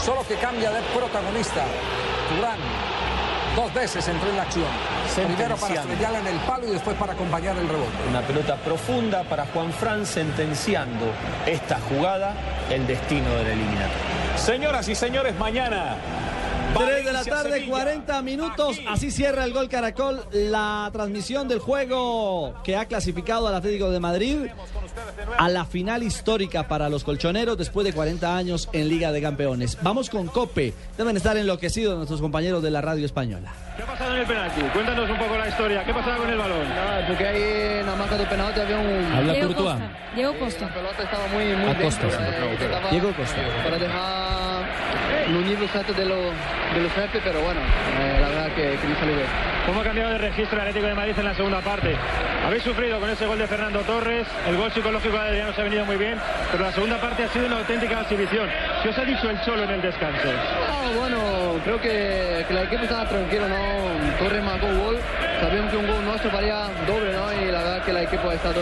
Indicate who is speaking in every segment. Speaker 1: solo que cambia de protagonista. Turán dos veces entró en la acción. Primero para estrellarla en el palo y después para acompañar el rebote.
Speaker 2: Una pelota profunda para Juan Fran sentenciando esta jugada, el destino del eliminatoria.
Speaker 3: Señoras y señores, mañana
Speaker 4: 3 de la tarde, 40 minutos. Así cierra el gol Caracol la transmisión del juego que ha clasificado al Atlético de Madrid a la final histórica para los colchoneros después de 40 años en Liga de Campeones. Vamos con Cope. Deben estar enloquecidos nuestros compañeros de la radio española.
Speaker 5: ¿Qué ha pasado en el penalti? Cuéntanos un poco la historia. ¿Qué pasaba con el balón?
Speaker 6: Nada, porque ahí en la marca del penalti había un.
Speaker 7: Habla Diego Courtois. Costa. Diego
Speaker 6: Costa. La pelota estaba muy, muy
Speaker 7: A Costa,
Speaker 6: dentro,
Speaker 7: sí.
Speaker 6: eh, intentaba
Speaker 4: Diego Costa.
Speaker 6: Para dejar Núñez Buscate de los, de los jefes, pero bueno, eh, la verdad que, que no salió bien.
Speaker 5: ¿Cómo ha cambiado de registro el Atlético de Madrid en la segunda parte? Habéis sufrido con ese gol de Fernando Torres, el gol psicológico de Adriano se ha venido muy bien, pero la segunda parte ha sido una auténtica exhibición. ¿Qué os ha dicho el Cholo en el descanso?
Speaker 6: Ah, bueno, creo que, que el equipo estaba tranquilo, ¿no? Torres marcó un gol, sabíamos que un gol nuestro valía doble, ¿no? Y la verdad que el equipo ha estado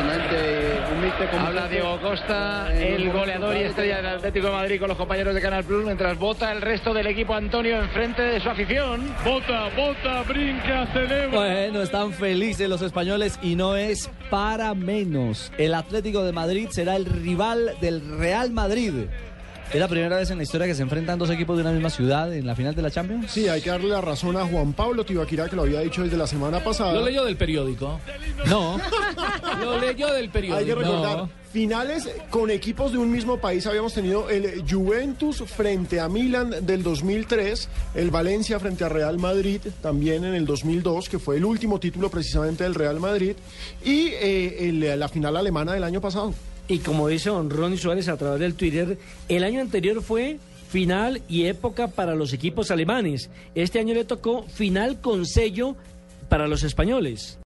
Speaker 6: impresionante y un míster como
Speaker 8: Habla
Speaker 6: siempre.
Speaker 8: Diego Costa,
Speaker 6: Eh,
Speaker 8: el
Speaker 6: un gol
Speaker 8: goleador y
Speaker 6: total.
Speaker 8: estrella del Atlético de Madrid con los compañeros de Canal Plus, mientras vota el resto del equipo Antonio enfrente de su afición.
Speaker 5: Bota, bota, brinca, celebra.
Speaker 4: Bueno, están felices los españoles y no es para menos. El Atlético de Madrid será el rival del Real Madrid. ¿Es la primera vez en la historia que se enfrentan dos equipos de una misma ciudad en la final de la Champions?
Speaker 9: Sí, hay que darle la razón a Juan Pablo Tibaquirá, que lo había dicho desde la semana pasada.
Speaker 7: Lo leyó del periódico. No. Lo leyó del periódico.
Speaker 9: Hay que recordar,
Speaker 7: No.
Speaker 9: finales con equipos de un mismo país habíamos tenido el Juventus frente a Milan del 2003, el Valencia frente a Real Madrid también en el 2002, que fue el último título precisamente del Real Madrid, y eh, el- la final alemana del año pasado.
Speaker 10: Y como dice don Ronnie Suárez a través del Twitter, el año anterior fue final y época para los equipos alemanes. Este año le tocó final con sello para los españoles.